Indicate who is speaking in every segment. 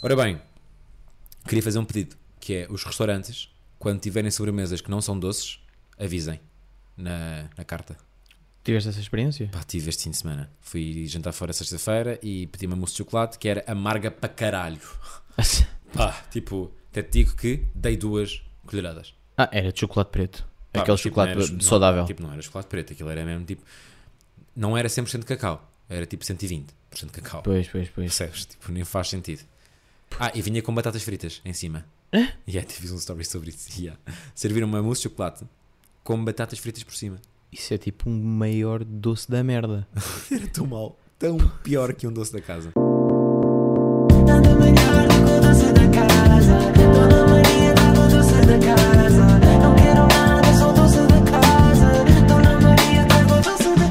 Speaker 1: Ora bem, queria fazer um pedido, que é os restaurantes, quando tiverem sobremesas que não são doces, avisem na, na carta.
Speaker 2: Tiveste essa experiência?
Speaker 1: Pá, tive este fim de semana. Fui jantar fora sexta-feira e pedi uma mousse de chocolate que era amarga para caralho. Pá, tipo, até te digo que dei duas colheradas.
Speaker 2: Ah, era de chocolate preto.
Speaker 1: Pá,
Speaker 2: Aquele
Speaker 1: mas, tipo,
Speaker 2: chocolate
Speaker 1: não era- não-
Speaker 2: saudável.
Speaker 1: tipo, não era chocolate preto, aquilo era mesmo tipo. Não era 100% cacau, era tipo 120% cacau.
Speaker 2: Pois, pois, pois.
Speaker 1: Percebes? Tipo, nem faz sentido. Ah, e vinha com batatas fritas em cima. E yeah, tive um story sobre isso. Yeah. Serviram uma mousse de chocolate com batatas fritas por cima.
Speaker 2: Isso é tipo um maior doce da merda.
Speaker 1: Era tão mal, tão pior que um doce da casa.
Speaker 3: Dona Maria do doce da casa. Dona Maria do doce da casa. Não quero nada, sou doce da casa. Dona Maria do doce da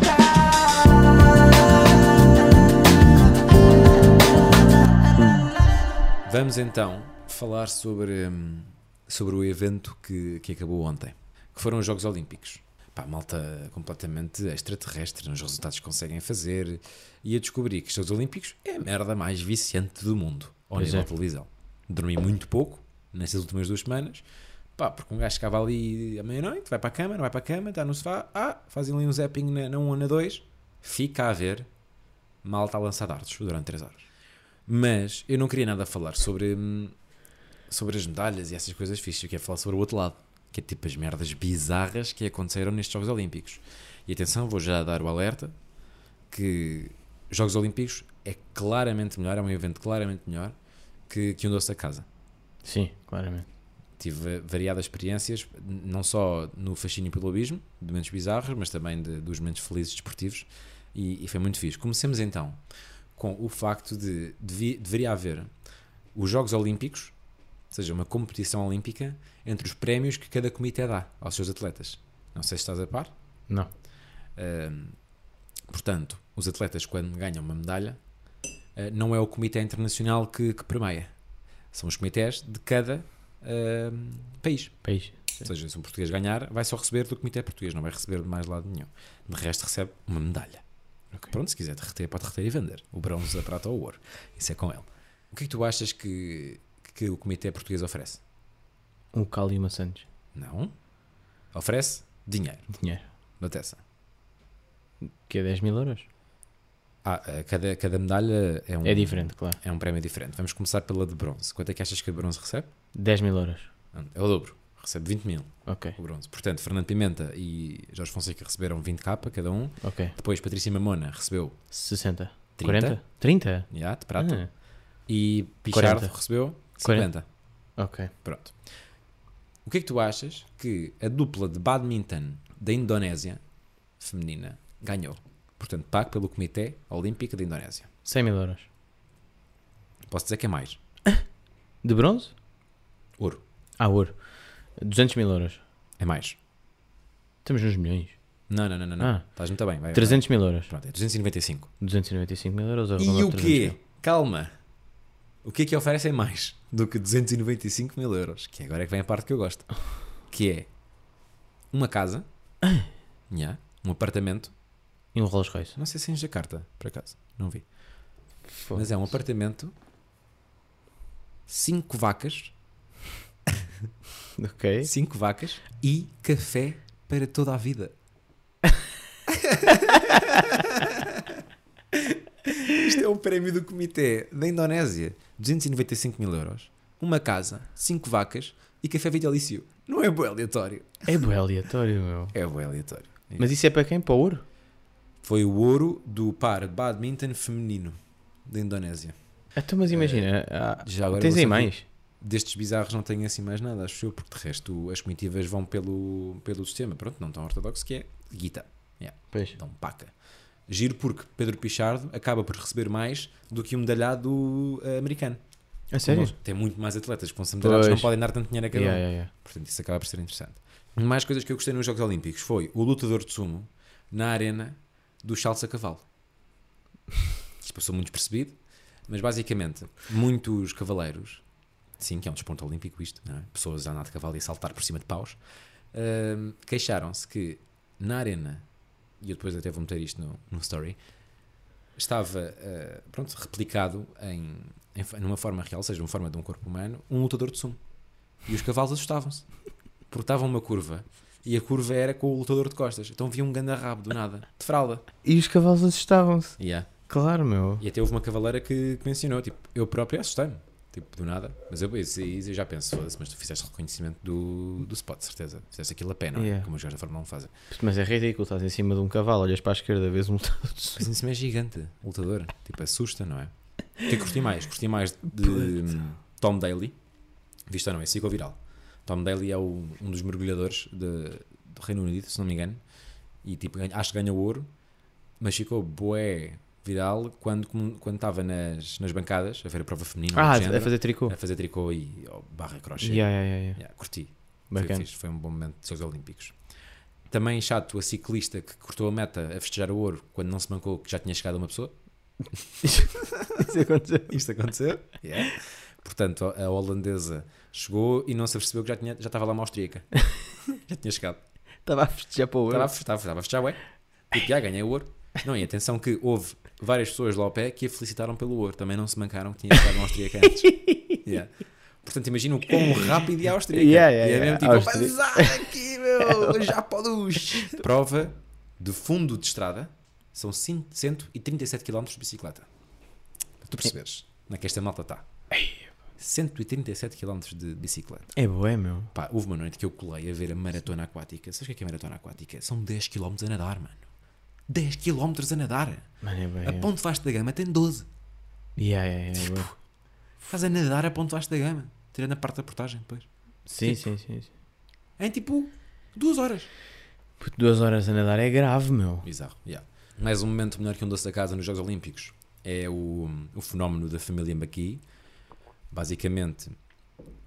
Speaker 3: casa.
Speaker 1: Vamos então falar sobre, hum, sobre o evento que, que acabou ontem, que foram os Jogos Olímpicos. Pá, malta completamente extraterrestre nos resultados que conseguem fazer e a descobrir que os Jogos Olímpicos é a merda mais viciante do mundo, ao
Speaker 2: Pois
Speaker 1: nível
Speaker 2: é.
Speaker 1: de televisão. Dormi muito pouco nestas últimas duas semanas, pá, porque um gajo chegava ali à meia-noite, vai para a cama, não vai para a cama, está no sofá, ah, fazem ali um zapping na, na 1 ou na 2, fica a ver malta a lançar dardos durante 3 horas. Mas eu não queria nada falar sobre, hum, sobre as medalhas e essas coisas fixas. Eu quero falar sobre o outro lado, que é tipo as merdas bizarras que aconteceram nestes Jogos Olímpicos. E atenção, vou já dar o alerta que Jogos Olímpicos é claramente melhor, é um evento claramente melhor que, que um doce da casa.
Speaker 2: Sim, claramente.
Speaker 1: Tive variadas experiências, n- não só no fascínio pelo abismo, de momentos bizarros, mas também de- dos momentos felizes desportivos, e, e foi muito fixe. Comecemos então com o facto de devi- deveria haver os Jogos Olímpicos, ou seja, uma competição olímpica, entre os prémios que cada comitê dá aos seus atletas. Não sei se estás a par.
Speaker 2: Não.
Speaker 1: Ahm, portanto, os atletas, quando ganham uma medalha, ah, não é o Comitê Internacional que, que premia. São os comitês de cada ahm, país.
Speaker 2: País.
Speaker 1: Ou seja, se um português ganhar, vai só receber do Comitê Português, não vai receber de mais lado nenhum. De resto, recebe uma medalha. Pronto, se quiser derreter, pode derreter e vender. O bronze, a prata ou o ouro. Isso é com ele. O que é que tu achas que, que o Comitê Português oferece?
Speaker 2: Um Cali e uma Santos.
Speaker 1: Não. Oferece dinheiro.
Speaker 2: Dinheiro.
Speaker 1: Bateça.
Speaker 2: Que é 10 mil euros.
Speaker 1: Ah, ah, cada, cada medalha é um.
Speaker 2: É diferente, claro.
Speaker 1: É um prémio diferente. Vamos começar pela de bronze. Quanto é que achas que a bronze recebe?
Speaker 2: 10 mil euros.
Speaker 1: É o dobro. Recebe 20 mil
Speaker 2: Ok,
Speaker 1: o bronze. Portanto, Fernando Pimenta e Jorge Fonseca receberam 20k cada um.
Speaker 2: ok.
Speaker 1: Depois Patrícia Mamona recebeu
Speaker 2: 60.
Speaker 1: 30?
Speaker 2: 40? 30?
Speaker 1: já, de
Speaker 2: Ah.
Speaker 1: prata. E Pichardo
Speaker 2: 40.
Speaker 1: recebeu 50.
Speaker 2: 40. Ah, ok.
Speaker 1: Pronto. O que é que tu achas que a dupla de badminton da Indonésia, feminina, ganhou? Portanto, pago pelo Comitê Olímpico da Indonésia.
Speaker 2: 100 mil euros.
Speaker 1: Posso dizer que é mais.
Speaker 2: De bronze?
Speaker 1: Ouro.
Speaker 2: Ah, ouro. 200 mil euros.
Speaker 1: É mais.
Speaker 2: Estamos nos milhões.
Speaker 1: Não, não, não, não. não.
Speaker 2: Ah.
Speaker 1: Estás muito bem. Vai,
Speaker 2: 300 mil euros.
Speaker 1: Vai. Pronto, é 295.
Speaker 2: 295 mil euros.
Speaker 1: E
Speaker 2: arredondado
Speaker 1: o
Speaker 2: 300
Speaker 1: quê?
Speaker 2: mil.
Speaker 1: Calma. O que é que oferecem mais do que 295 mil euros? Que agora é que vem a parte que eu gosto. Que é uma casa, nhá, um apartamento,
Speaker 2: E um Rolls Royce.
Speaker 1: não sei se é em Jacarta, por acaso, não vi.
Speaker 2: Foda.
Speaker 1: Mas é um apartamento, cinco vacas,
Speaker 2: Ok.
Speaker 1: cinco vacas e café para toda a vida. Isto é um prémio do comitê da Indonésia. 295 mil euros. Uma casa, cinco vacas e café vitalício. Não é boi aleatório.
Speaker 2: É bué aleatório, meu.
Speaker 1: É boi aleatório.
Speaker 2: Mas isso é para quem? Para o ouro?
Speaker 1: Foi o ouro do par de badminton feminino da Indonésia.
Speaker 2: Então, mas imagina. ah,
Speaker 1: já agora
Speaker 2: tens
Speaker 1: vou
Speaker 2: aí
Speaker 1: só
Speaker 2: mais?
Speaker 1: Destes bizarros não tenho assim mais nada, acho eu, porque de resto as comitivas vão pelo, pelo sistema. Pronto, não tão ortodoxo que é guita. Yeah.
Speaker 2: Pois.
Speaker 1: Então, paca. Giro porque Pedro Pichardo acaba por receber mais do que um medalhado eh, americano.
Speaker 2: A sério?
Speaker 1: Nós- Tem muito mais atletas que vão ser medalhados,
Speaker 2: Pois.
Speaker 1: não podem dar tanto dinheiro a cada um.
Speaker 2: Yeah, yeah, yeah.
Speaker 1: Portanto, isso acaba por ser interessante. Um Mais coisas que eu gostei nos Jogos Olímpicos foi o lutador de sumo na arena do salto a cavalo. Isto passou muito despercebido, mas basicamente, muitos cavaleiros, sim, que é um desporto olímpico isto, não é? pessoas a andar de cavalo e a saltar por cima de paus, hum, queixaram-se que na arena, e eu depois até vou meter isto no, no story, estava eh, pronto, hum, replicado em, em fa- numa forma real, ou seja, numa forma de um corpo humano, um lutador de sumo. E os cavalos assustavam-se. Porque estavam uma curva. E a curva era com o lutador de costas. Então via um ganda rabo do nada, de fralda.
Speaker 2: E os cavalos assustavam-se.
Speaker 1: Yeah.
Speaker 2: Claro, meu.
Speaker 1: E até houve uma cavaleira que, que mencionou, tipo, eu próprio assustei-me, tipo, do nada. Mas eu, isso, isso eu já penso, foda-se, mas tu fizeste reconhecimento do, do spot, de certeza. Fizeste aquilo a pé, não é?
Speaker 2: Yeah.
Speaker 1: Como os gajos da Fórmula 1 fazem.
Speaker 2: Mas é ridículo, estás em cima de um cavalo, olhas para a esquerda, vês um lutador de sumo.
Speaker 1: Mas isso é gigante, lutador. Tipo, assusta, não é? O que é que curti mais? Curti mais de hum, Tom Daly. Visto ou não, é psicoviral. Tom Daly é o- um dos mergulhadores de- do Reino Unido, se não me engano. E tipo, ganha- acho que ganha ouro, mas ficou bué viral quando com- quando estava nas, nas bancadas a ver a prova feminina.
Speaker 2: Ah,
Speaker 1: do género,
Speaker 2: a fazer tricô.
Speaker 1: a fazer tricô e oh, barra crochê.
Speaker 2: Yeah, yeah, yeah, yeah.
Speaker 1: Yeah, curti. Foi,
Speaker 2: Bacana.
Speaker 1: fixe, foi um bom momento dos Jogos Olímpicos. Também chato a ciclista que cortou a meta a festejar o ouro quando não se mancou que já tinha chegado uma pessoa.
Speaker 2: Isso aconteceu.
Speaker 1: Isto aconteceu. Yeah. Portanto, a holandesa chegou e não se apercebeu que já, tinha, já estava lá uma austríaca. já tinha chegado.
Speaker 2: Estava a festejar para o
Speaker 1: Estava a
Speaker 2: ouro.
Speaker 1: festejar, estava a festejar, ué. Tipo, já ganhei o ouro. Não, e atenção que houve várias pessoas lá ao pé que a felicitaram pelo ouro. Também não se mancaram que tinha chegado uma austríaca antes. Yeah. Portanto, imagina o quão rápido é a austríaca.
Speaker 2: Yeah, yeah,
Speaker 1: e é
Speaker 2: yeah.
Speaker 1: mesmo tipo,
Speaker 2: Austri-
Speaker 1: "Avançar aqui, meu, já podus. Prova de fundo de estrada são 5 137 km de bicicleta. Para tu perceberes,
Speaker 2: É.
Speaker 1: na que esta malta tá. está. 137 km de bicicleta.
Speaker 2: É boé, meu.
Speaker 1: Pá, houve uma noite que eu colei a ver a maratona aquática. Sabes o que é, que é maratona aquática? São 10 km a nadar, mano. 10 km a nadar.
Speaker 2: Mano, é
Speaker 1: A
Speaker 2: bem.
Speaker 1: Ponte Vasco da Gama tem 12.
Speaker 2: Yeah, yeah, yeah, é bué.
Speaker 1: Estás a nadar a Ponte Vasco da Gama. Tirando a parte da portagem depois.
Speaker 2: Sim, sim, sim. sim.
Speaker 1: Em tipo 2 horas.
Speaker 2: Puto, duas horas a nadar é grave, meu.
Speaker 1: Bizarro, yeah. Mais um momento melhor que um doce da casa nos Jogos Olímpicos é o, o fenómeno da família Maqui. Basicamente,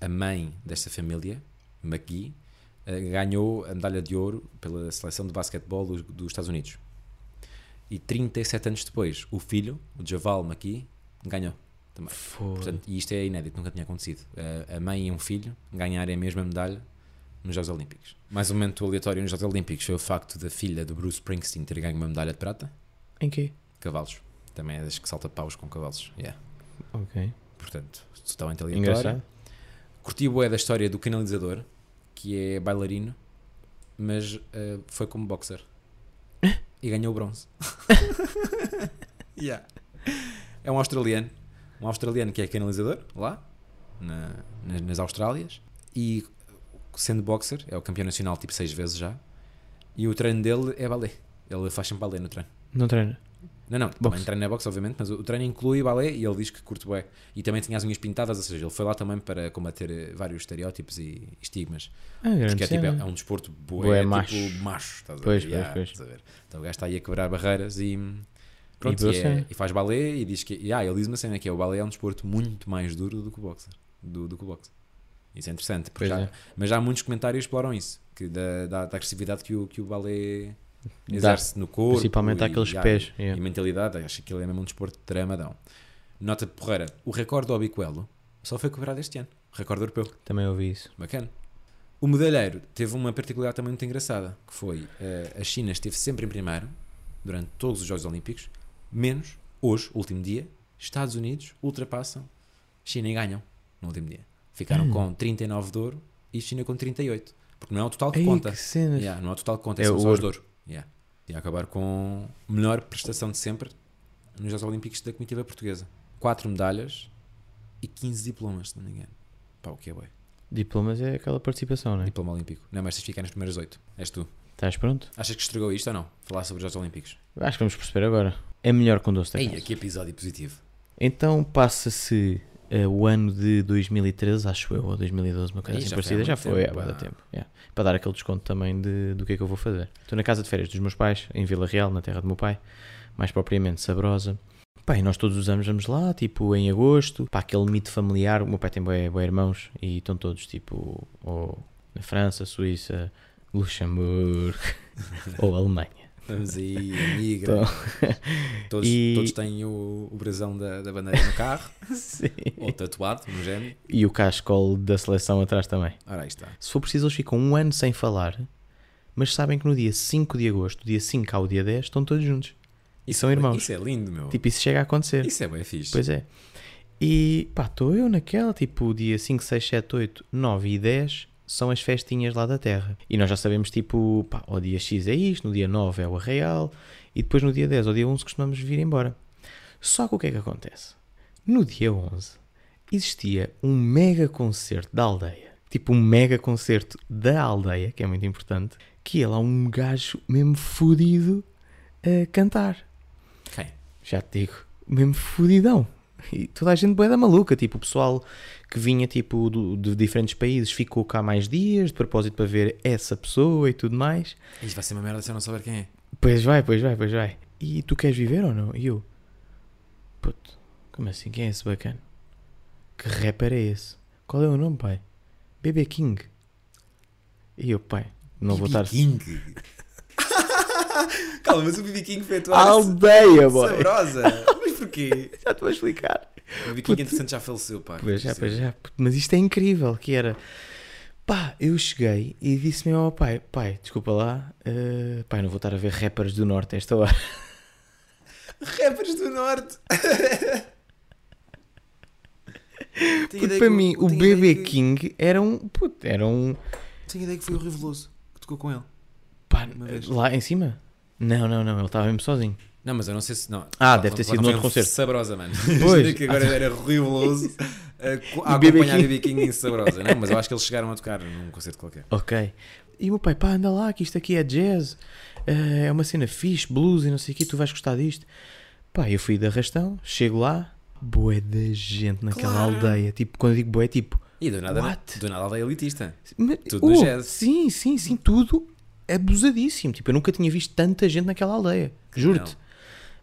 Speaker 1: a mãe desta família, Maqui, eh, ganhou a medalha de ouro pela seleção de basquetebol dos, dos Estados Unidos. E 37 anos depois, o filho, o Javal Maqui, ganhou também.
Speaker 2: Foda.
Speaker 1: Portanto, e isto é inédito, nunca tinha acontecido. A, a mãe e um filho ganharem a mesma medalha nos Jogos Olímpicos. Mais um momento aleatório nos Jogos Olímpicos foi o facto da filha do Bruce Springsteen ter ganho uma medalha de prata.
Speaker 2: Em quê?
Speaker 1: Cavalos. Também é das que salta paus com cavalos. Yeah.
Speaker 2: Ok.
Speaker 1: Portanto, totalmente aleatório.
Speaker 2: Engraçado.
Speaker 1: Curti o é da história do canalizador, que é bailarino, mas eh, foi como boxer. E ganhou o bronze. Yeah. É um australiano. Um australiano que é canalizador, lá, na- nas, nas Austrálias. E sendo boxer, é o campeão nacional tipo seis vezes já. E o treino dele é balé. Ele faz sempre balé no treino.
Speaker 2: Não treina.
Speaker 1: Não, não, também
Speaker 2: Boxe.
Speaker 1: treino é boxe, obviamente, mas o o treino inclui balé e ele diz que curte bué. E também tinha as unhas pintadas, ou seja, ele foi lá também para combater eh, vários estereótipos e estigmas.
Speaker 2: Ah, grande
Speaker 1: Porque é, tipo, é,
Speaker 2: cena.
Speaker 1: é um desporto bué,
Speaker 2: Bué
Speaker 1: é tipo
Speaker 2: macho.
Speaker 1: macho, estás a ver?
Speaker 2: Pois, pois,
Speaker 1: Yeah,
Speaker 2: pois.
Speaker 1: estás a ver? Então o gajo está aí a quebrar barreiras e,
Speaker 2: Pronto,
Speaker 1: e,
Speaker 2: eu
Speaker 1: é-
Speaker 2: sei.
Speaker 1: e faz balé e diz que. e, ah, ele diz uma cena que é o balé é um desporto muito mais duro do que o boxe. Do, do que o boxe. Isso é interessante, porque
Speaker 2: Pois
Speaker 1: já-
Speaker 2: é.
Speaker 1: mas já há muitos comentários que exploram isso, que da, da, da agressividade que o, que o balé exerce no corpo.
Speaker 2: Principalmente
Speaker 1: e-
Speaker 2: àqueles
Speaker 1: e há-
Speaker 2: pés.
Speaker 1: e
Speaker 2: yeah.
Speaker 1: mentalidade, acho que aquilo é mesmo um desporto de tramadão. Nota porreira, o recorde do Obicoelo só foi cobrado este ano, recorde europeu,
Speaker 2: Também ouvi isso.
Speaker 1: bacana. O medalheiro teve uma particularidade também muito engraçada, que foi eh, a China esteve sempre em primeiro durante todos os Jogos Olímpicos, menos hoje, último dia, Estados Unidos ultrapassam China e ganham no último dia. Ficaram
Speaker 2: Hum.
Speaker 1: com 39 de ouro e China com 38, porque não é o total que
Speaker 2: Ei,
Speaker 1: conta.
Speaker 2: que cenas.
Speaker 1: Yeah, não há total que conta, é
Speaker 2: É
Speaker 1: são
Speaker 2: o
Speaker 1: só os
Speaker 2: ouro.
Speaker 1: de ouro. Yeah. E a acabar com a melhor prestação de sempre nos Jogos Olímpicos da comitiva portuguesa. 4 medalhas e 15 diplomas, se não me engano. Pá, o que é bué?
Speaker 2: Diplomas é aquela participação, não é?
Speaker 1: Diploma olímpico. Não, mas tens de ficar nas primeiras 8. És tu.
Speaker 2: Estás pronto?
Speaker 1: Achas que estragou isto ou não? Falar sobre os Jogos Olímpicos.
Speaker 2: Acho que vamos perceber agora. É melhor com doce da
Speaker 1: Ei,
Speaker 2: casa.
Speaker 1: que episódio positivo.
Speaker 2: Então passa-se eh, o ano de 2013, acho eu, ou 2012, uma coisa
Speaker 1: Ih,
Speaker 2: assim
Speaker 1: já foi há
Speaker 2: parecida.
Speaker 1: muito
Speaker 2: Já foi,
Speaker 1: tempo,
Speaker 2: há bastante
Speaker 1: pá.
Speaker 2: tempo. yeah. Para dar aquele desconto também de, do que é que eu vou fazer. Estou na casa de férias dos meus pais, em Vila Real, na terra do meu pai, mais propriamente Sabrosa. Pá, e nós todos os anos vamos lá, tipo em agosto, para aquele mito familiar. O meu pai tem boi irmãos e estão todos tipo ou na França, Suíça, Luxemburgo ou Alemanha.
Speaker 1: Vamos aí, amiga. todos,
Speaker 2: E-
Speaker 1: todos têm o, o brasão da, da bandeira no carro,
Speaker 2: Sim.
Speaker 1: ou tatuado no gêmeo.
Speaker 2: E o cascol da seleção atrás também.
Speaker 1: Ora, aí está.
Speaker 2: Se for preciso, eles ficam um ano sem falar, mas sabem que no dia 5 de agosto, dia 5 ao dia 10, estão todos juntos. E são irmãos.
Speaker 1: Isso é lindo, meu.
Speaker 2: Tipo, isso chega a acontecer.
Speaker 1: Isso é bem fixe.
Speaker 2: Pois é. E pá, estou eu naquela, tipo, dia 5, 6, 7, 8, 9 e 10 são as festinhas lá da Terra. E nós já sabemos, tipo, pá, o dia X é isto, no dia 9 é o Arraial, e depois no dia 10 ou dia 11 costumamos vir embora. Só que o que é que acontece? No dia 11 existia um mega concerto da aldeia. Tipo, um mega concerto da aldeia, que é muito importante, que ia lá um gajo mesmo fodido a cantar
Speaker 1: Quem?
Speaker 2: já te digo, mesmo fudidão. E toda a gente boeda maluca, tipo, o pessoal que vinha, tipo, do- de diferentes países ficou cá mais dias, de propósito para ver essa pessoa e tudo mais.
Speaker 1: Isto vai ser uma merda se eu não souber quem é.
Speaker 2: Pois vai, pois vai, pois vai. E tu queres viver ou não? E eu, puto, como assim? Quem é esse bacana? Que rapper é esse? Qual é o nome, pai? BB King. E eu, pai, não vou estar...
Speaker 1: King. Calma, mas o BB King foi a tua
Speaker 2: Aldeia, boy!
Speaker 1: sabrosa. Mas porquê?
Speaker 2: Já te vou explicar.
Speaker 1: O BB King, entretanto, já faleceu, pá.
Speaker 2: Pois já, pois já. Puto, Mas isto é incrível, que era... Pá, eu cheguei e disse-me ao meu pai, pai, desculpa lá, eh, pai, não vou estar a ver rappers do Norte a esta hora.
Speaker 1: Rappers do Norte. Tenho
Speaker 2: Porque
Speaker 1: ideia
Speaker 2: para
Speaker 1: que o-
Speaker 2: mim, o
Speaker 1: tenho
Speaker 2: BB
Speaker 1: ideia que-
Speaker 2: King era um, puto, era um,
Speaker 1: Tenho ideia que foi o Reveloso que tocou com ele.
Speaker 2: pá,
Speaker 1: vez.
Speaker 2: lá em cima? Não, não, não, ele estava mesmo sozinho.
Speaker 1: Não, mas eu não sei se. Não.
Speaker 2: Ah, deve ter sido
Speaker 1: não
Speaker 2: noutro
Speaker 1: foi um
Speaker 2: concerto.
Speaker 1: Sabrosa, mano.
Speaker 2: Pois. Ah.
Speaker 1: Pois. que agora era horribloso a
Speaker 2: BB
Speaker 1: acompanhar
Speaker 2: King.
Speaker 1: BB King em Sabrosa. Não, é? mas eu acho que eles chegaram a tocar num concerto qualquer.
Speaker 2: Ok. E o meu pai, pá, anda lá, que isto aqui é jazz, eh, é uma cena fixe, blues e não sei o quê, tu vais gostar disto. Pá, eu fui de arrastão, chego lá, boé da gente naquela
Speaker 1: Claro.
Speaker 2: aldeia, tipo, quando eu digo boé, tipo,
Speaker 1: E do nada,
Speaker 2: What?
Speaker 1: do nada aldeia elitista.
Speaker 2: Mas- uh,
Speaker 1: Tudo no jazz.
Speaker 2: Sim, sim, sim, tudo abusadíssimo. Tipo, eu nunca tinha visto tanta gente naquela aldeia. Juro-te.
Speaker 1: não.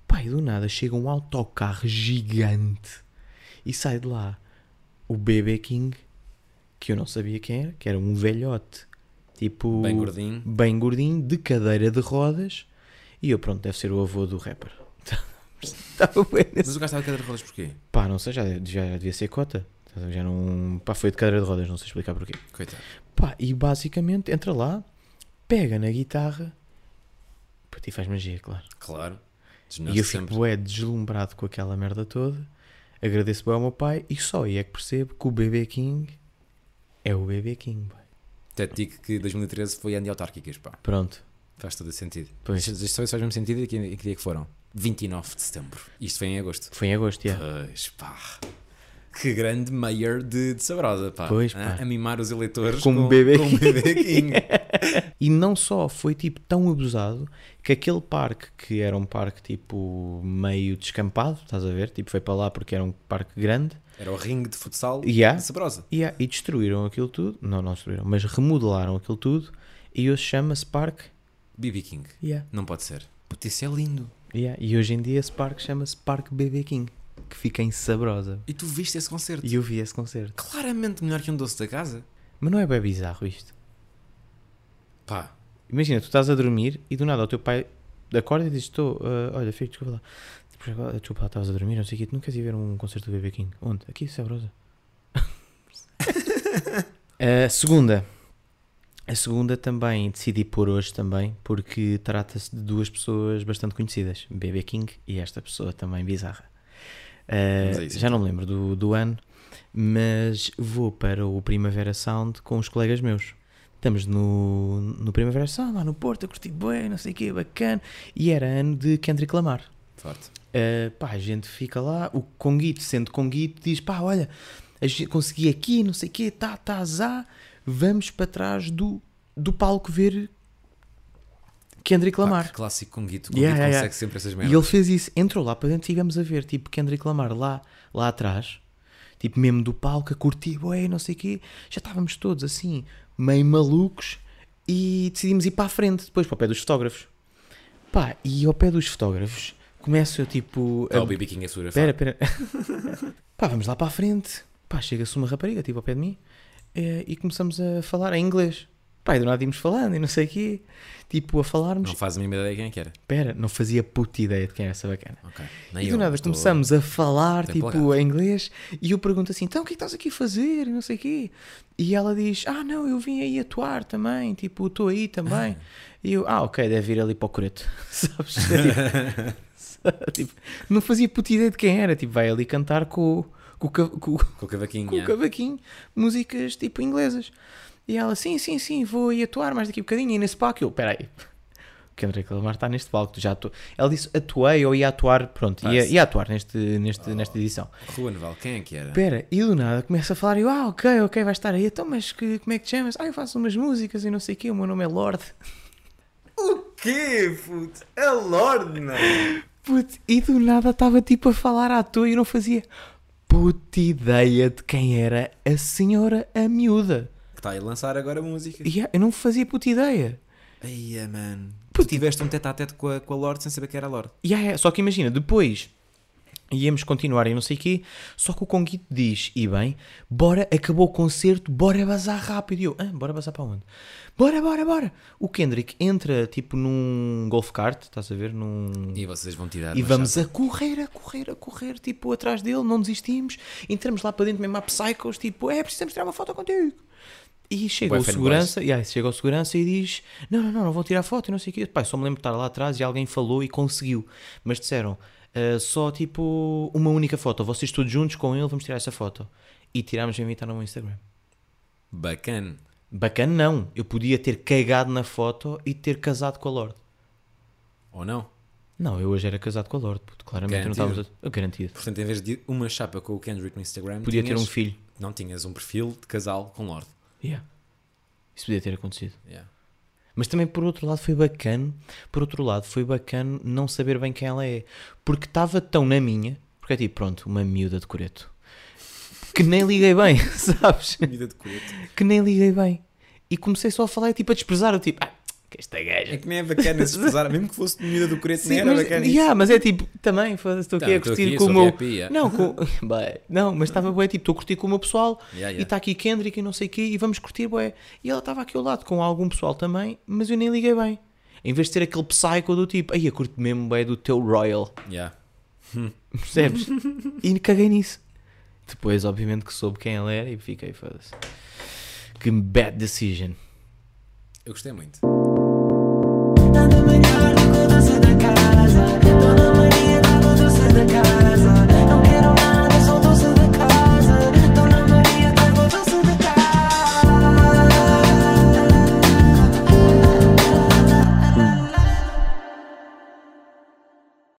Speaker 2: Pá, e do nada chega um autocarro gigante e sai de lá o BB King, que eu não sabia quem era, que era um velhote. Tipo,
Speaker 1: Bem gordinho.
Speaker 2: bem gordinho, de cadeira de rodas. E eu, pronto, deve ser o avô do rapper. Estava bem nesse.
Speaker 1: Mas o gajo estava de cadeira de rodas porquê?
Speaker 2: Pá, não sei, já, já devia ser cota. Já não. Pá, foi de cadeira de rodas, não sei explicar porquê.
Speaker 1: Coitado.
Speaker 2: Pá, e basicamente entra lá, pega na guitarra puto, e faz magia, claro.
Speaker 1: Claro.
Speaker 2: e
Speaker 1: Desmenhece
Speaker 2: eu fico
Speaker 1: sempre.
Speaker 2: bué deslumbrado com aquela merda toda. Agradeço bem ao meu pai e só aí é que percebo que o BB King é o BB King. bué.
Speaker 1: Até te digo que 2013 foi ano de autárquicas, pá.
Speaker 2: Pronto.
Speaker 1: Faz todo o sentido.
Speaker 2: Pois.
Speaker 1: Isto, isto só faz mesmo sentido e que, em que dia que foram? 29 de setembro. Isto foi em agosto.
Speaker 2: Foi em agosto, já.
Speaker 1: Pois pá. Que grande mayor de, de Sabrosa, pá.
Speaker 2: Pois,
Speaker 1: Ah,
Speaker 2: pá.
Speaker 1: A mimar os eleitores
Speaker 2: Com
Speaker 1: com,
Speaker 2: um bebê
Speaker 1: com um bebê King.
Speaker 2: E não só foi tipo tão abusado que aquele parque que era um parque tipo meio descampado, estás a ver? Tipo foi para lá porque era um parque grande.
Speaker 1: Era o ringue de futsal
Speaker 2: Yeah.
Speaker 1: de Sabrosa.
Speaker 2: Yeah, e destruíram aquilo tudo. Não, não destruíram, mas remodelaram aquilo tudo. E hoje chama-se Parque.
Speaker 1: BB King.
Speaker 2: Yeah.
Speaker 1: Não pode ser. Puta, isso é lindo.
Speaker 2: Yeah, E hoje em dia esse parque chama-se Parque BB King, que fica em Sabrosa.
Speaker 1: E tu viste esse concerto.
Speaker 2: E eu vi esse concerto.
Speaker 1: Claramente melhor que um doce da casa.
Speaker 2: Mas não é bem bizarro isto?
Speaker 1: Pá.
Speaker 2: Imagina, tu estás a dormir e do nada o teu pai acorda e diz: Estou, ah, olha, filho, desculpa lá. Desculpa lá, ah, Desculpa lá, estavas a dormir, não sei o quê. Tu não queres ir ver um concerto do BB King? Onde? Aqui, em Sabrosa. a segunda. A segunda também decidi pôr hoje também, porque trata-se de duas pessoas bastante conhecidas, BB King e esta pessoa também bizarra. Ah,
Speaker 1: Vamos a isso, então.
Speaker 2: já não me lembro do, do ano, mas vou para o Primavera Sound com os colegas meus. Estamos no, no Primavera Sound, lá no Porto, a curtir bem, não sei o quê, bacana. E era ano de Kendrick Lamar.
Speaker 1: Forte.
Speaker 2: Uh, pá, a gente fica lá, o Conguito, sendo Conguito, diz: pá, olha, a gente- consegui aqui, não sei o quê, tá, tá, zá, vamos para trás do, do palco ver Kendrick Lamar.
Speaker 1: Pá, que clássico com Guito. Com
Speaker 2: Yeah,
Speaker 1: Guito consegue
Speaker 2: yeah, yeah.
Speaker 1: sempre essas
Speaker 2: E
Speaker 1: merdas.
Speaker 2: ele fez isso, entrou lá para dentro e estivemos a ver, tipo, Kendrick Lamar lá, lá atrás, tipo, mesmo do palco, a curtir, ué, não sei o quê, já estávamos todos assim, meio malucos, e decidimos ir para a frente, depois para o pé dos fotógrafos. Pá, e ao pé dos fotógrafos, começo eu, tipo,
Speaker 1: Pá, o BB King é segura.
Speaker 2: Pera, pera. Pá, vamos lá para a frente. Pá, chega-se uma rapariga, tipo, ao pé de mim, eh, e começamos a falar em inglês. Pá, e do nada íamos falando e não sei o quê. Tipo, a falarmos.
Speaker 1: Não faz a mínima ideia quem é que era.
Speaker 2: Pera, não fazia puta ideia de quem era essa bacana.
Speaker 1: Ok.
Speaker 2: E
Speaker 1: Nem
Speaker 2: do
Speaker 1: eu,
Speaker 2: nada
Speaker 1: mas tô-
Speaker 2: começamos a falar,
Speaker 1: Tô
Speaker 2: tipo,
Speaker 1: empolgado.
Speaker 2: em inglês, e eu pergunto assim, então o que é que estás aqui a fazer, e não sei o quê. E ela diz, ah não, eu vim aí atuar também, tipo, estou aí também. E eu, ah ok, deve ir ali para o Coreto, sabes? Tipo, tipo, não fazia puta ideia de quem era, tipo, vai ali cantar com, o- com o ca- com-
Speaker 1: Com o cavaquinho.
Speaker 2: com o
Speaker 1: yeah.
Speaker 2: cavaquinho, músicas tipo inglesas. E ela, sim, sim, sim, vou aí atuar mais daqui a bocadinho. E nesse palco, eu, peraí, o Kendrick Lamar está neste palco, já atu... Ela disse, atuei ou ia atuar, pronto, ia,
Speaker 1: Parece.
Speaker 2: ia atuar neste, neste, nesta edição.
Speaker 1: Ruanval, quem é que era?
Speaker 2: Pera, e do nada começa a falar, e eu, ah, ok, ok, vai estar aí, então, mas que, como é que te chamas? Ah, eu faço umas músicas e não sei o quê, o meu nome é Lorde.
Speaker 1: O quê, puto? É Lorde, não?
Speaker 2: Puto, e do nada estava tipo a falar à toa e eu não fazia puta ideia de quem era a senhora, a miúda.
Speaker 1: Que está a lançar agora música.
Speaker 2: E ah, eu não fazia puta ideia.
Speaker 1: Aí, mano. Tu tiveste um tete a tete com a, com a Lorde sem saber que era a Lorde.
Speaker 2: Ya, ya, Só que imagina, depois íamos continuar e não sei o quê, só que o Conguito diz, e bem, bora, acabou o concerto, bora bazar rápido. E eu, ah, bora bazar para onde? Bora, bora, bora. O Kendrick entra tipo num golf cart, estás a ver, num...
Speaker 1: E vocês vão tirar.
Speaker 2: E
Speaker 1: uma
Speaker 2: vamos
Speaker 1: chapa.
Speaker 2: a correr, a correr, a correr, tipo, atrás dele, não desistimos, entramos lá para dentro mesmo a psychos, tipo, é, precisamos tirar uma foto contigo. E chega
Speaker 1: Bué
Speaker 2: o
Speaker 1: fanboys.
Speaker 2: segurança, e aí chega o segurança e diz, não, não, não, não vão tirar foto, e não sei o quê. Pai, só me lembro de estar lá atrás e alguém falou e conseguiu, mas disseram, "Ah, só tipo, uma única foto, vocês todos juntos com ele, vamos tirar essa foto. E tirámos mesmo e está no meu Instagram.
Speaker 1: Bacana.
Speaker 2: Bacana não, eu podia ter cagado na foto e ter casado com a Lorde.
Speaker 1: Ou não?
Speaker 2: Não, eu hoje era casado com a Lorde, puto, claramente eu não
Speaker 1: Garantido.
Speaker 2: estávamos... A... Garantido.
Speaker 1: Portanto, em vez de uma chapa com o Kendrick no Instagram,
Speaker 2: Podia ter
Speaker 1: tinhas-
Speaker 2: um filho.
Speaker 1: Não tinhas um perfil de casal com Lorde.
Speaker 2: Yeah. Isso podia ter acontecido.
Speaker 1: Yeah.
Speaker 2: Mas também por outro lado foi bacana, por outro lado foi bacana não saber bem quem ela é, porque estava tão na minha, porque é tipo, pronto, uma miúda de coreto, que nem liguei bem, sabes?
Speaker 1: Vida de coreto.
Speaker 2: Que nem liguei bem. E comecei só a falar e tipo a desprezar, eu tipo, ah, que esta gaja.
Speaker 1: É que nem é bacana se pesar, mesmo que fosse comida do coreto, nem
Speaker 2: Sim,
Speaker 1: era
Speaker 2: mas,
Speaker 1: bacana.
Speaker 2: yeah, mas é tipo, também, foda-se, estou aqui
Speaker 1: Não,
Speaker 2: a
Speaker 1: estou
Speaker 2: curtir
Speaker 1: aqui,
Speaker 2: com o
Speaker 1: sou
Speaker 2: meu.
Speaker 1: VIP, yeah.
Speaker 2: Não, com... Bem, não, mas estava bué, tipo, estou a curtir com o meu pessoal
Speaker 1: Yeah, yeah.
Speaker 2: e está aqui Kendrick e não sei o quê e vamos curtir bué. E ela estava aqui ao lado com algum pessoal também, mas eu nem liguei bem. Em vez de ser aquele psycho do tipo, aí eu curto mesmo bué do teu Royal,
Speaker 1: Yeah.
Speaker 2: percebes? e caguei nisso. Depois, obviamente, que soube quem ela era e fiquei, foda-se. Que bad decision.
Speaker 1: Eu gostei muito.
Speaker 3: Dona Maria guarda com o doce da casa. Dona Maria guarda o doce da casa.